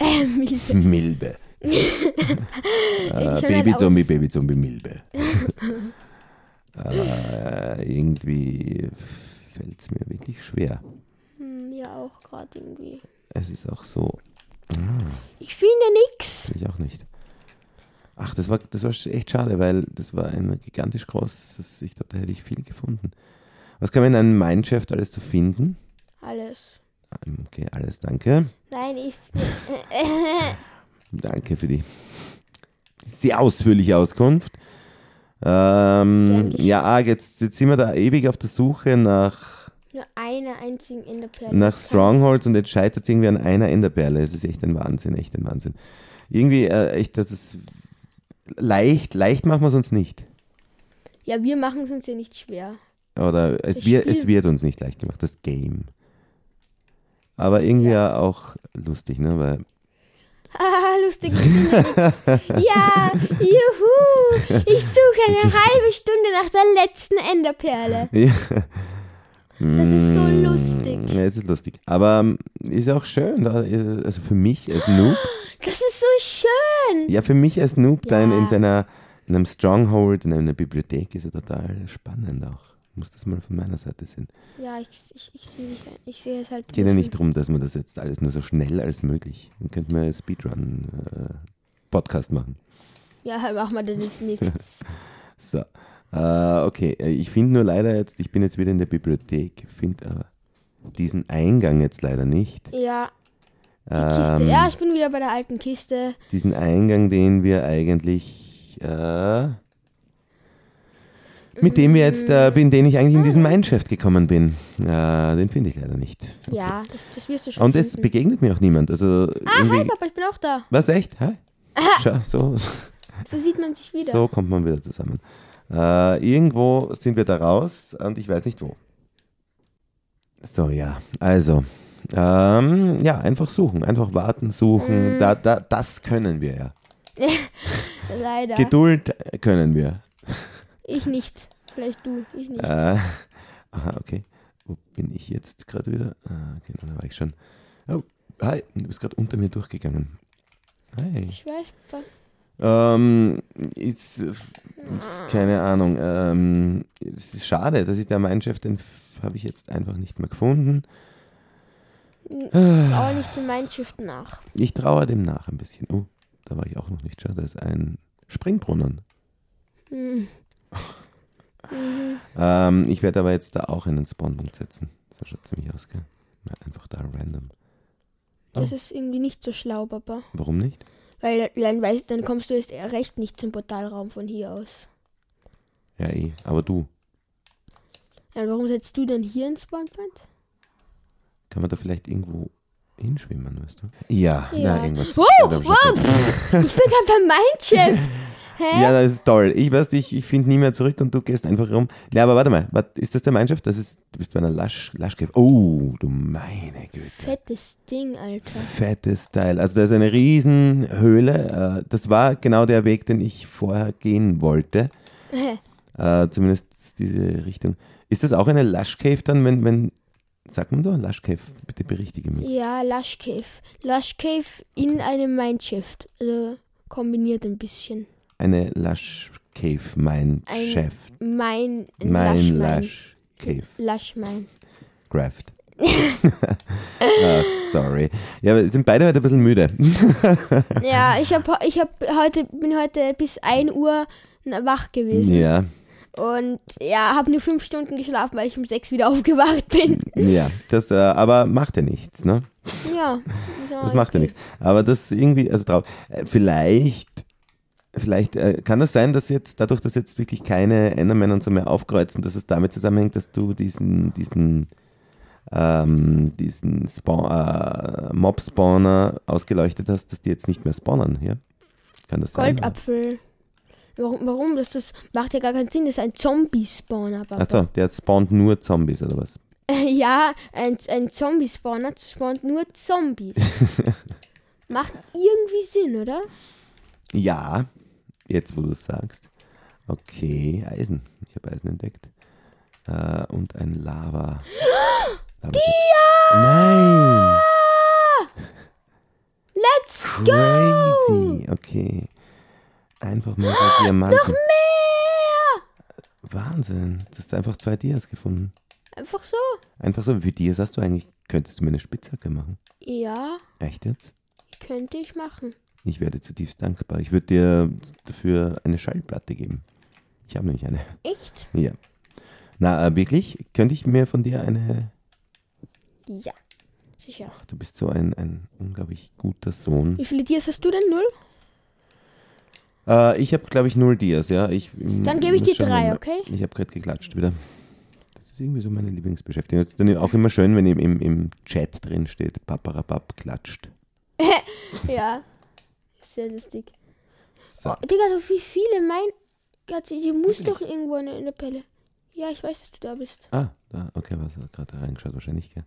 Speaker 1: Äh, Milbe.
Speaker 2: Milbe.
Speaker 1: halt
Speaker 2: äh, Baby
Speaker 1: aus.
Speaker 2: Zombie, Baby Zombie, Milbe. äh, irgendwie fällt es mir wirklich schwer.
Speaker 1: Hm, ja, auch gerade irgendwie.
Speaker 2: Es ist auch so,
Speaker 1: Ich finde nix.
Speaker 2: will ich auch nicht. Ach, das war, das war echt schade, weil das war ein gigantisch großes, ich glaube, da hätte ich viel gefunden. Was kann man in einem Mineshaft alles zu finden?
Speaker 1: Alles.
Speaker 2: Ähm, Okay, alles danke.
Speaker 1: Nein, ich.
Speaker 2: Danke für die sehr ausführliche Auskunft.
Speaker 1: Gern
Speaker 2: Ähm,
Speaker 1: geschehen.
Speaker 2: ja, arg, jetzt, jetzt sind wir da ewig auf der Suche nach,
Speaker 1: Nur eine einzigen Enderperle.
Speaker 2: nach Strongholds und jetzt scheitert es irgendwie an einer Enderperle. Es ist echt ein Wahnsinn, echt ein Wahnsinn. Irgendwie, äh, echt, das ist leicht, leicht machen wir es uns nicht.
Speaker 1: Ja, wir machen es uns ja nicht schwer.
Speaker 2: Oder es
Speaker 1: Das
Speaker 2: wird,
Speaker 1: Spiel.
Speaker 2: es wird uns nicht leicht gemacht, das Game. Aber irgendwie ja. auch lustig, ne? Weil
Speaker 1: Ah, lustig. ja, juhu. Ich suche eine halbe Stunde nach der letzten Enderperle.
Speaker 2: Ja. Mm.
Speaker 1: Das ist so lustig.
Speaker 2: Ja, es ist lustig. Aber ähm, ist auch schön. da- Also für mich als Noob,
Speaker 1: Das ist so schön.
Speaker 2: ja, für mich als Noob, da in,
Speaker 1: Ja.
Speaker 2: in seiner in einem Stronghold, in einer Bibliothek ist ja total spannend auch. Muss das mal von meiner Seite sehen.
Speaker 1: Ja, ich, ich, ich sehe ich seh es halt
Speaker 2: Geht ja nicht darum, dass man das jetzt alles nur so schnell als möglich. Dann könnten wir Speedrun-Podcast äh, machen.
Speaker 1: Ja, halt, machen wir denn jetzt nichts.
Speaker 2: So. Äh, okay, äh, ich finde nur leider jetzt, ich bin jetzt wieder in der Bibliothek, finde aber diesen Eingang jetzt leider nicht.
Speaker 1: Ja, die Kiste.
Speaker 2: Ähm,
Speaker 1: Ja, ich bin wieder bei der alten Kiste.
Speaker 2: diesen Eingang, den wir eigentlich. Äh, mit dem wir jetzt, äh, bin, den ich eigentlich in diesen Mineshaft gekommen bin. Äh, den finde ich leider nicht.
Speaker 1: Ja, das, das wirst du schon
Speaker 2: Und es
Speaker 1: finden.
Speaker 2: begegnet mir auch niemand. Also
Speaker 1: Ah, hi
Speaker 2: irgendwie.
Speaker 1: Papa, ich bin auch da.
Speaker 2: Was echt? Hi? Schau, so,
Speaker 1: So sieht man sich wieder.
Speaker 2: so kommt man wieder zusammen. Äh, irgendwo sind wir da raus und ich weiß nicht wo. So, ja, also. Ähm, ja, einfach suchen, einfach warten, suchen.
Speaker 1: Mhm.
Speaker 2: Da, da, das können wir ja.
Speaker 1: Leider.
Speaker 2: Geduld können wir.
Speaker 1: Ich nicht. Vielleicht du, ich nicht.
Speaker 2: Äh, aha, okay. Wo bin ich jetzt gerade wieder? Ah, genau, da war ich schon. Oh, hi, du bist gerade unter mir durchgegangen. Hi.
Speaker 1: Ich weiß, Papa.
Speaker 2: Ähm, ist, äh, ist keine Ahnung. Ähm, es ist schade, dass ich da meinen Chef, den habe ich jetzt einfach nicht mehr gefunden. Äh,
Speaker 1: Auch nicht in meinen Schiffen nach.
Speaker 2: Ich traue dem nach ein bisschen. Oh, da war ich auch noch nicht. Schade, da ist ein Springbrunnen.
Speaker 1: Hm. Mhm.
Speaker 2: ähm, ich werde aber jetzt da auch einen Spawnpunkt setzen. So schaut ziemlich aus, gell? Mal einfach da random.
Speaker 1: Das ist irgendwie nicht so schlau, Papa.
Speaker 2: Warum nicht?
Speaker 1: Weil dann, weißt, dann kommst du erst recht nicht zum Portalraum von hier aus.
Speaker 2: Ja, eh. Aber du,
Speaker 1: Ja, warum setzt du denn hier ins Spawnpoint?
Speaker 2: kann man da vielleicht irgendwo hinschwimmen, weißt du? Ja, na,
Speaker 1: Ja.
Speaker 2: irgendwas.
Speaker 1: Wow,
Speaker 2: wird am Schluss
Speaker 1: wow,
Speaker 2: sein.
Speaker 1: Ich bin gerade bei meinem Schiff. Hä?
Speaker 2: Ja, das ist toll. Ich weiß, ich, ich finde nie mehr zurück und du gehst einfach rum. Ja, aber warte mal, wat, ist das der Mannschaft? Das ist, du bist bei einer Lasch, Laschgriff. Oh, du meine Güte.
Speaker 1: Fettes Ding, Alter.
Speaker 2: Fettes Teil. Also da ist eine riesen Höhle. Äh, Das war genau der Weg, den ich vorher gehen wollte. Äh, Zumindest diese Richtung. Ist das auch eine Lush Cave dann, wenn, wenn, sagt man so, Lush Cave? Bitte berichtige mich.
Speaker 1: Ja, Lush Cave. Lush Cave in einem Mindshift. Also kombiniert ein bisschen.
Speaker 2: Eine Lush Cave, mein
Speaker 1: Ein-
Speaker 2: Chef.
Speaker 1: Mein
Speaker 2: Mein
Speaker 1: Mine.
Speaker 2: Lush Cave.
Speaker 1: Lush Mine.
Speaker 2: Graft. Ah, sorry. Ja, wir sind beide heute ein bisschen müde.
Speaker 1: Ja, ich hab, ich hab heute, bin heute bis 1 Uhr na- wach gewesen.
Speaker 2: ja, Hm.
Speaker 1: Und ja, habe nur 5 Stunden geschlafen, weil ich um 6 wieder aufgewacht bin.
Speaker 2: ja. Das, äh, aber macht ja nichts, ne?
Speaker 1: Ja.
Speaker 2: Das macht ja
Speaker 1: okay.
Speaker 2: nichts. Aber das irgendwie, also drauf. äh, Vielleicht, vielleicht äh, kann das sein, dass jetzt, dadurch, dass jetzt wirklich keine Endermen und so mehr aufkreuzen, dass es damit zusammenhängt, dass du diesen, diesen, ähm, diesen Spawn, äh, Mob-Spawner ausgeleuchtet hast, dass die jetzt nicht mehr spawnen, ja? Kann das sein?
Speaker 1: Goldapfel. Warum? warum? Das, das macht ja gar keinen Sinn. Das ist ein Zombie-Spawner, Papa.
Speaker 2: Achso, der spawnt nur Zombies oder was?
Speaker 1: Ja, ein, ein Zombie-Spawner spawnt nur Zombies. Macht irgendwie Sinn, oder?
Speaker 2: Ja, jetzt wo du es sagst. Okay, Eisen. Ich habe Eisen entdeckt. Äh, und ein Lava. Lava Dia! Nein!
Speaker 1: Let's
Speaker 2: Crazy! Okay. Einfach mal so Diamanten. Noch mehr! Wahnsinn. Du hast einfach zwei Dias gefunden.
Speaker 1: einfach so.
Speaker 2: Einfach so, wie viele Dias hast du eigentlich? Könntest du mir eine Spitzhacke machen?
Speaker 1: Ja,
Speaker 2: Echt jetzt?
Speaker 1: könnte ich machen.
Speaker 2: Ich werde zutiefst dankbar. Ich würde dir dafür eine Schallplatte geben. Ich habe nämlich eine.
Speaker 1: Echt?
Speaker 2: Ja. Na, äh, wirklich? Könnte ich mir von dir eine.
Speaker 1: Ja, sicher.
Speaker 2: Ach, du bist so ein, ein unglaublich guter Sohn.
Speaker 1: Wie viele Dias hast du denn? Null?
Speaker 2: Äh, ich habe, glaube ich, null Dias, ja. Ich, m-
Speaker 1: Dann gebe ich
Speaker 2: muss
Speaker 1: dir
Speaker 2: schauen,
Speaker 1: drei,
Speaker 2: wenn-
Speaker 1: okay?
Speaker 2: Ich habe gerade geklatscht wieder. Das ist irgendwie so meine Lieblingsbeschäftigung. Es ist dann auch immer schön, wenn im, im, im Chat drin steht, paparapap klatscht.
Speaker 1: Ja. Sehr lustig.
Speaker 2: So.
Speaker 1: Digga, so wie viele mein. Gott, die muss doch irgendwo eine, eine Pelle. Ja, ich weiß, dass du da bist.
Speaker 2: Ah, da, okay, was hast gerade reingeschaut? Wahrscheinlich, gell?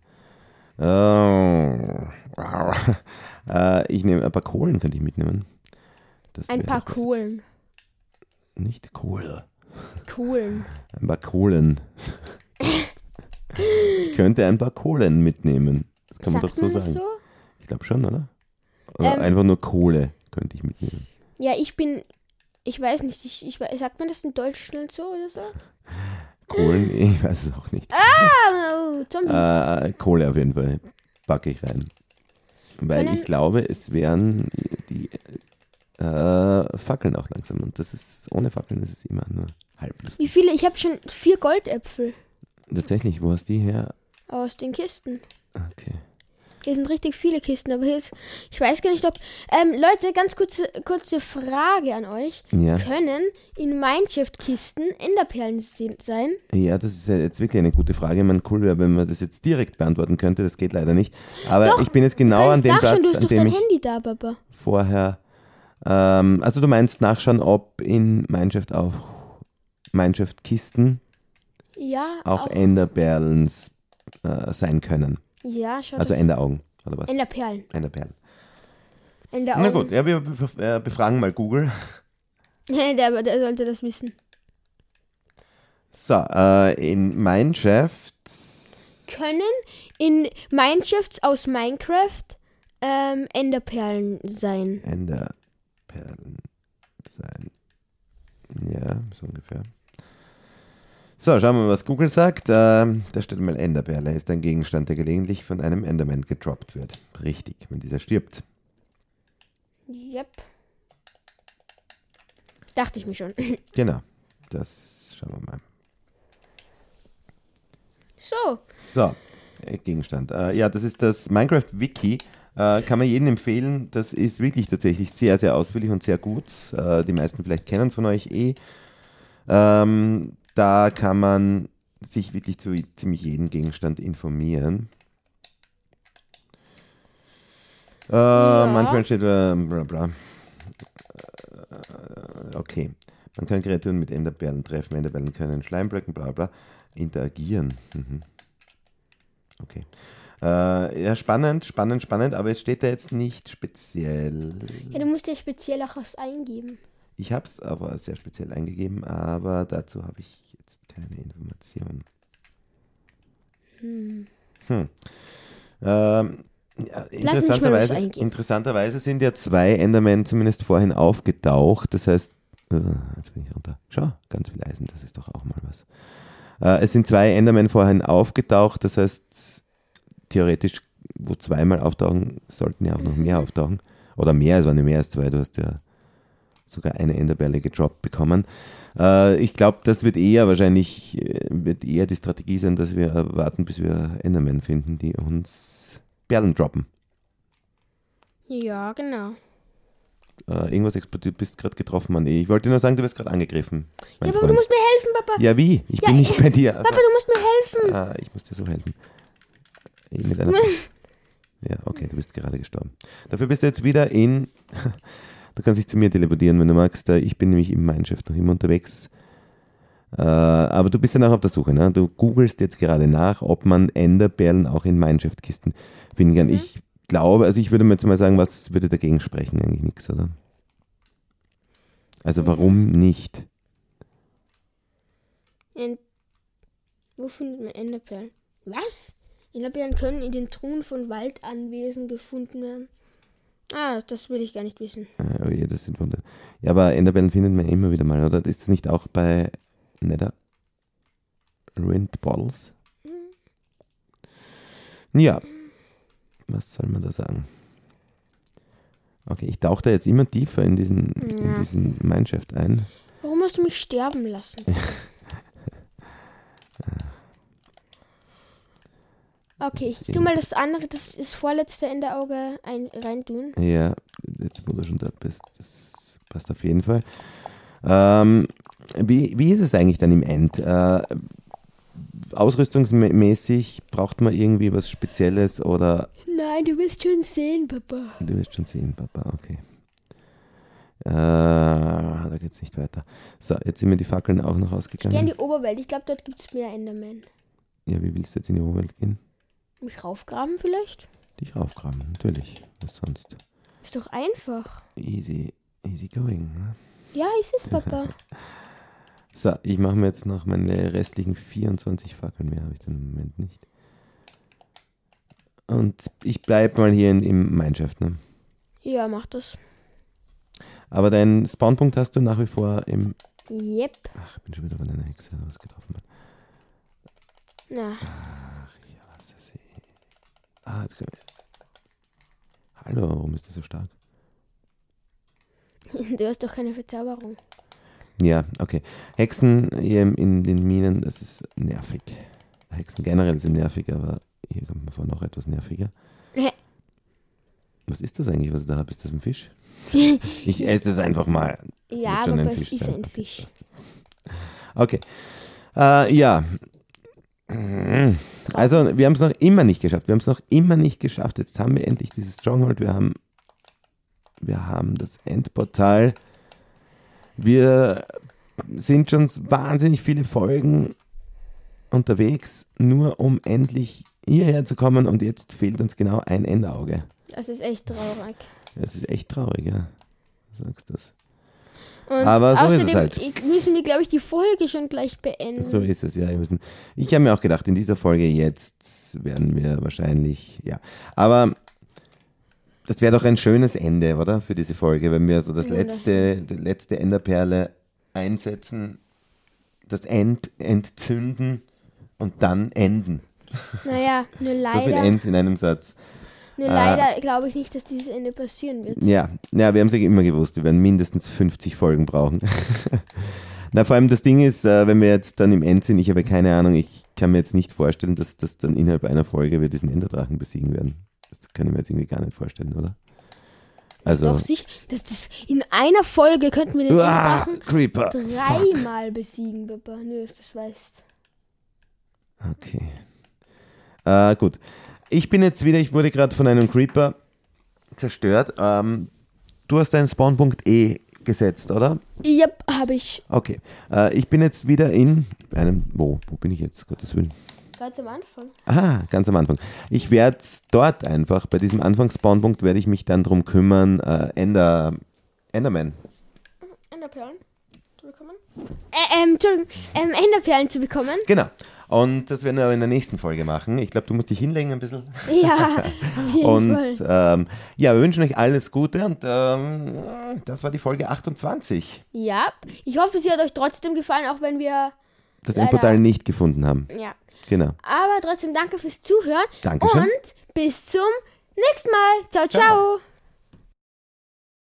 Speaker 2: Oh. Au. Äh, ich nehme ein paar Kohlen, könnte ich mitnehmen. Das
Speaker 1: Ein
Speaker 2: wäre
Speaker 1: paar
Speaker 2: doch was.
Speaker 1: Kohlen.
Speaker 2: Nicht Kohle.
Speaker 1: Kohlen.
Speaker 2: Ein paar Kohlen. ich könnte ein paar Kohlen mitnehmen. Das kann man
Speaker 1: Sagt
Speaker 2: doch so
Speaker 1: man das
Speaker 2: sagen.
Speaker 1: so?
Speaker 2: Ich glaube schon, oder? Oder
Speaker 1: Ähm.
Speaker 2: einfach nur Kohle könnte ich mitnehmen.
Speaker 1: Ja, ich bin. Ich weiß nicht, ich, ich, we- sagt man das in Deutschland so oder so?
Speaker 2: Kohlen, ich weiß es auch nicht.
Speaker 1: Ah, oh, Zombies.
Speaker 2: Äh, Kohle auf jeden Fall packe ich rein. Weil
Speaker 1: Können-
Speaker 2: ich glaube, es wären die äh, Fackeln auch langsam. Und das ist, ohne Fackeln ist es immer nur halb lustig.
Speaker 1: Wie viele? Ich habe schon vier Goldäpfel
Speaker 2: Tatsächlich, wo hast die her?
Speaker 1: aus den Kisten.
Speaker 2: Okay.
Speaker 1: Hier sind richtig viele Kisten, aber hier ist. Ich weiß gar nicht, ob. Ähm, Leute, ganz kurze, kurze Frage an euch.
Speaker 2: Ja.
Speaker 1: Können in Mineshaft-Kisten Enderperlen se- sein?
Speaker 2: ja, das ist ja jetzt wirklich eine gute Frage. Ich meine, cool wäre, wenn man das jetzt direkt beantworten könnte. Das geht leider nicht. Aber
Speaker 1: Doch,
Speaker 2: ich bin jetzt genau
Speaker 1: Kannst
Speaker 2: an dem
Speaker 1: nachschauen, du
Speaker 2: Platz,
Speaker 1: hast
Speaker 2: an
Speaker 1: doch
Speaker 2: dem
Speaker 1: dein
Speaker 2: ich
Speaker 1: Handy da, Baba.
Speaker 2: vorher. Ähm, also, du meinst nachschauen, ob in Minecraft auf Minecraft-Kisten
Speaker 1: Ja,
Speaker 2: auch
Speaker 1: auch-
Speaker 2: Enderperlen äh, sein können.
Speaker 1: ja, schau
Speaker 2: Also
Speaker 1: das-
Speaker 2: Enderaugen, oder was?
Speaker 1: Enderperlen.
Speaker 2: Enderperlen.
Speaker 1: Enderaugen.
Speaker 2: Na gut, ja, wir bef- äh, befragen mal Google.
Speaker 1: der, der sollte das wissen.
Speaker 2: So, äh, in Minecraft.
Speaker 1: Können in Mineshafts aus Minecraft ähm, Enderperlen sein?
Speaker 2: Enderperlen sein. Ja, so ungefähr. So, schauen wir mal, was Google sagt. Ähm, da steht mal Enderperle ist ein Gegenstand, der gelegentlich von einem Enderman gedroppt wird. Richtig, wenn dieser stirbt.
Speaker 1: Yep. Dachte ich mir schon.
Speaker 2: Genau, das schauen wir mal.
Speaker 1: So,
Speaker 2: So, äh, Gegenstand. Äh, ja, das ist das Minecraft-Wiki. Äh, kann man jedem empfehlen. Das ist wirklich tatsächlich sehr, sehr ausführlich und sehr gut. Äh, die meisten vielleicht kennen es von euch eh. Ähm, da kann man sich wirklich zu ziemlich jedem Gegenstand informieren. Äh, Manchmal steht äh, bla bla. Äh, Okay. Man kann Kreaturen mit Enderperlen treffen. Enderperlen können in Schleimblöcken, bla bla, interagieren. Mhm. Okay. Äh, ja, spannend, spannend, spannend, aber es steht da jetzt nicht speziell.
Speaker 1: ja, du musst ja speziell auch was eingeben.
Speaker 2: Ich habe es aber sehr speziell eingegeben, aber dazu habe ich jetzt keine Information. Hm. Ähm, ja,
Speaker 1: was
Speaker 2: interessanterweise,
Speaker 1: eingeben.
Speaker 2: interessanterweise sind ja zwei Endermen zumindest vorhin aufgetaucht. Das heißt, äh, jetzt bin ich runter. Schau, ganz viel Eisen, das ist doch auch mal was. Äh, es sind zwei Endermen vorhin aufgetaucht. Das heißt, theoretisch, wo zweimal auftauchen, sollten ja auch noch mehr auftauchen. Oder mehr, es waren ja mehr als zwei. Du hast ja sogar eine Enderperle gedroppt bekommen. Äh, ich glaube, das wird eher wahrscheinlich äh, wird eher die Strategie sein, dass wir äh, warten, bis wir Endermen finden, die uns Perlen droppen.
Speaker 1: Ja, genau.
Speaker 2: Äh, irgendwas explodiert, bist gerade getroffen, Mann. Ich wollte nur sagen, du wirst gerade angegriffen.
Speaker 1: Ja, aber
Speaker 2: Mein
Speaker 1: du
Speaker 2: Freund.
Speaker 1: musst mir helfen, Papa.
Speaker 2: ja, wie? Ich
Speaker 1: Ja,
Speaker 2: bin nicht
Speaker 1: ja,
Speaker 2: bei dir. Also,
Speaker 1: Papa, du musst mir helfen.
Speaker 2: ah, ich muss dir so helfen. Ich Mit einer ja, okay, du bist gerade gestorben. Dafür bist du jetzt wieder in. Du kannst dich zu mir teleportieren, wenn du magst. Äh, Ich bin nämlich im Mindshift noch immer unterwegs. Äh, aber du bist ja noch auf der Suche, ne? Du googelst jetzt gerade nach, ob man Enderperlen auch in Mindshift-Kisten finden kann. Ich glaube, also ich würde mir jetzt mal sagen, was würde dagegen sprechen? Eigentlich nichts, oder? Also warum nicht?
Speaker 1: Ent Wo findet man Enderperlen? Was? Enderperlen können in den Truhen von Waldanwesen gefunden werden. Ah, das will ich gar nicht wissen.
Speaker 2: Äh, oh je, das sind Wunder. Ja, aber Enderperlen findet man immer wieder mal, oder? Ist das nicht auch bei Nether? Ruined Bottles? Ja. Was soll man da sagen? Okay, ich tauche da jetzt immer tiefer in diesen, in
Speaker 1: Ja.
Speaker 2: diesen Mineshaft ein.
Speaker 1: Warum hast du mich sterben lassen? Okay, ich tu mal das andere, das ist vorletzte Enderauge ein reintun.
Speaker 2: Ja, jetzt wo du schon dort bist, das passt auf jeden Fall. Ähm, wie, wie ist es eigentlich dann im End? Äh, ausrüstungsmäßig braucht man irgendwie was Spezielles oder
Speaker 1: Nein, du wirst schon sehen, Papa.
Speaker 2: du wirst schon sehen, Papa, okay. Äh, da geht's nicht weiter. So, jetzt sind mir die Fackeln auch noch
Speaker 1: Geh in
Speaker 2: ausgegangen.
Speaker 1: die Oberwelt. Ich glaube, dort gibt es mehr Enderman.
Speaker 2: Ja, wie willst du jetzt in die Oberwelt gehen?
Speaker 1: Mich raufgraben vielleicht?
Speaker 2: Dich aufgraben, natürlich. Was sonst?
Speaker 1: Ist doch einfach.
Speaker 2: Easy, easy going. Ne?
Speaker 1: Ja, ist es, Papa.
Speaker 2: So, ich mache mir jetzt noch meine restlichen 24 Fackeln. Mehr habe ich dann im Moment nicht. Und ich bleibe mal hier in, im Mineshaft. Ne?
Speaker 1: ja, mach das.
Speaker 2: Aber deinen Spawnpunkt hast du nach wie vor im...
Speaker 1: Yep.
Speaker 2: Ach, ich bin schon wieder bei deiner Hexe, was getroffen hat.
Speaker 1: Na,
Speaker 2: Ja, was ist das? Ah, jetzt... Hallo, warum ist das so stark?
Speaker 1: du hast doch keine Verzauberung.
Speaker 2: Ja, okay. Hexen hier im- in den Minen, das ist nervig. Hexen generell sind nervig, aber hier kommt mir vor noch etwas nerviger.
Speaker 1: Hä?
Speaker 2: Was ist das eigentlich, was du da habe? Ist das ein Fisch? ich esse es einfach mal. Das
Speaker 1: Ja,
Speaker 2: wird schon
Speaker 1: aber
Speaker 2: ein
Speaker 1: es
Speaker 2: Fisch
Speaker 1: ist
Speaker 2: sein.
Speaker 1: ein
Speaker 2: Okay,
Speaker 1: Fisch.
Speaker 2: passt. Okay. Äh, ja. Also, wir haben es noch immer nicht geschafft. Wir haben es noch immer nicht geschafft. Jetzt haben wir endlich dieses Stronghold. Wir haben, wir haben das Endportal. Wir sind schon wahnsinnig viele Folgen unterwegs, nur um endlich hierher zu kommen. Und jetzt fehlt uns genau ein Endauge.
Speaker 1: Das ist echt traurig.
Speaker 2: Das ist echt traurig, ja. Du sagst das.
Speaker 1: Und
Speaker 2: Aber so ist es
Speaker 1: außerdem
Speaker 2: halt.
Speaker 1: i- müssen wir, glaube ich, die Folge schon gleich beenden.
Speaker 2: So ist es, ja. Wir müssen. Ich habe mir auch gedacht, in dieser Folge jetzt werden wir wahrscheinlich, ja. Aber das wäre doch ein schönes Ende, oder? Für diese Folge, wenn wir so das
Speaker 1: Wunderschön.
Speaker 2: letzte, die letzte Enderperle einsetzen, das End entzünden und dann enden.
Speaker 1: Naja, nur
Speaker 2: So viel Ah.
Speaker 1: leider,
Speaker 2: Ends in einem Satz.
Speaker 1: nur leider glaube ich nicht, dass dieses Ende passieren wird.
Speaker 2: Ja, ja wir haben es ja immer gewusst, wir werden mindestens 50 Folgen brauchen. Na, vor allem das Ding ist, äh, wenn wir jetzt dann im End sind, ich habe keine Ahnung, ich kann mir jetzt nicht vorstellen, dass das dann innerhalb einer Folge wir diesen Enderdrachen besiegen werden. Das kann ich mir jetzt irgendwie gar nicht vorstellen, oder? Also,
Speaker 1: Doch sicher, dass das in einer Folge könnten wir den
Speaker 2: uah,
Speaker 1: Drachen
Speaker 2: Ah, Creeper. Fuck.
Speaker 1: dreimal besiegen, Papa. Nur, dass du es weißt.
Speaker 2: Okay. Äh, gut. Ich bin jetzt wieder, ich wurde gerade von einem Creeper zerstört. Ähm, du hast deinen Spawnpunkt E gesetzt, oder?
Speaker 1: Yep, habe ich.
Speaker 2: Okay. Äh, ich bin jetzt wieder in einem. Wo? Wo bin ich jetzt? Gottes Willen.
Speaker 1: Ganz am Anfang.
Speaker 2: Ah, ganz am Anfang. Ich werde dort einfach, bei diesem Anfangsspawnpunkt, werde ich mich dann drum kümmern, äh, Ender, Enderman.
Speaker 1: Enderperlen zu bekommen? Äh, ähm, Entschuldigung, ähm, Enderperlen zu bekommen?
Speaker 2: Genau. Und das werden wir aber in der nächsten Folge machen. Ich glaube, du musst dich hinlegen ein bisschen.
Speaker 1: Ja, auf jeden
Speaker 2: Und
Speaker 1: Fall.
Speaker 2: ähm, ja, wir wünschen euch alles Gute und ähm, das war die Folge 28.
Speaker 1: Ja, ich hoffe, sie hat euch trotzdem gefallen, auch wenn wir,
Speaker 2: Das
Speaker 1: Leider.
Speaker 2: Endportal nicht gefunden haben.
Speaker 1: ja.
Speaker 2: Genau.
Speaker 1: Aber trotzdem danke fürs Zuhören.
Speaker 2: Dankeschön.
Speaker 1: Und bis zum nächsten Mal. Ciao, ciao.
Speaker 2: Ciao.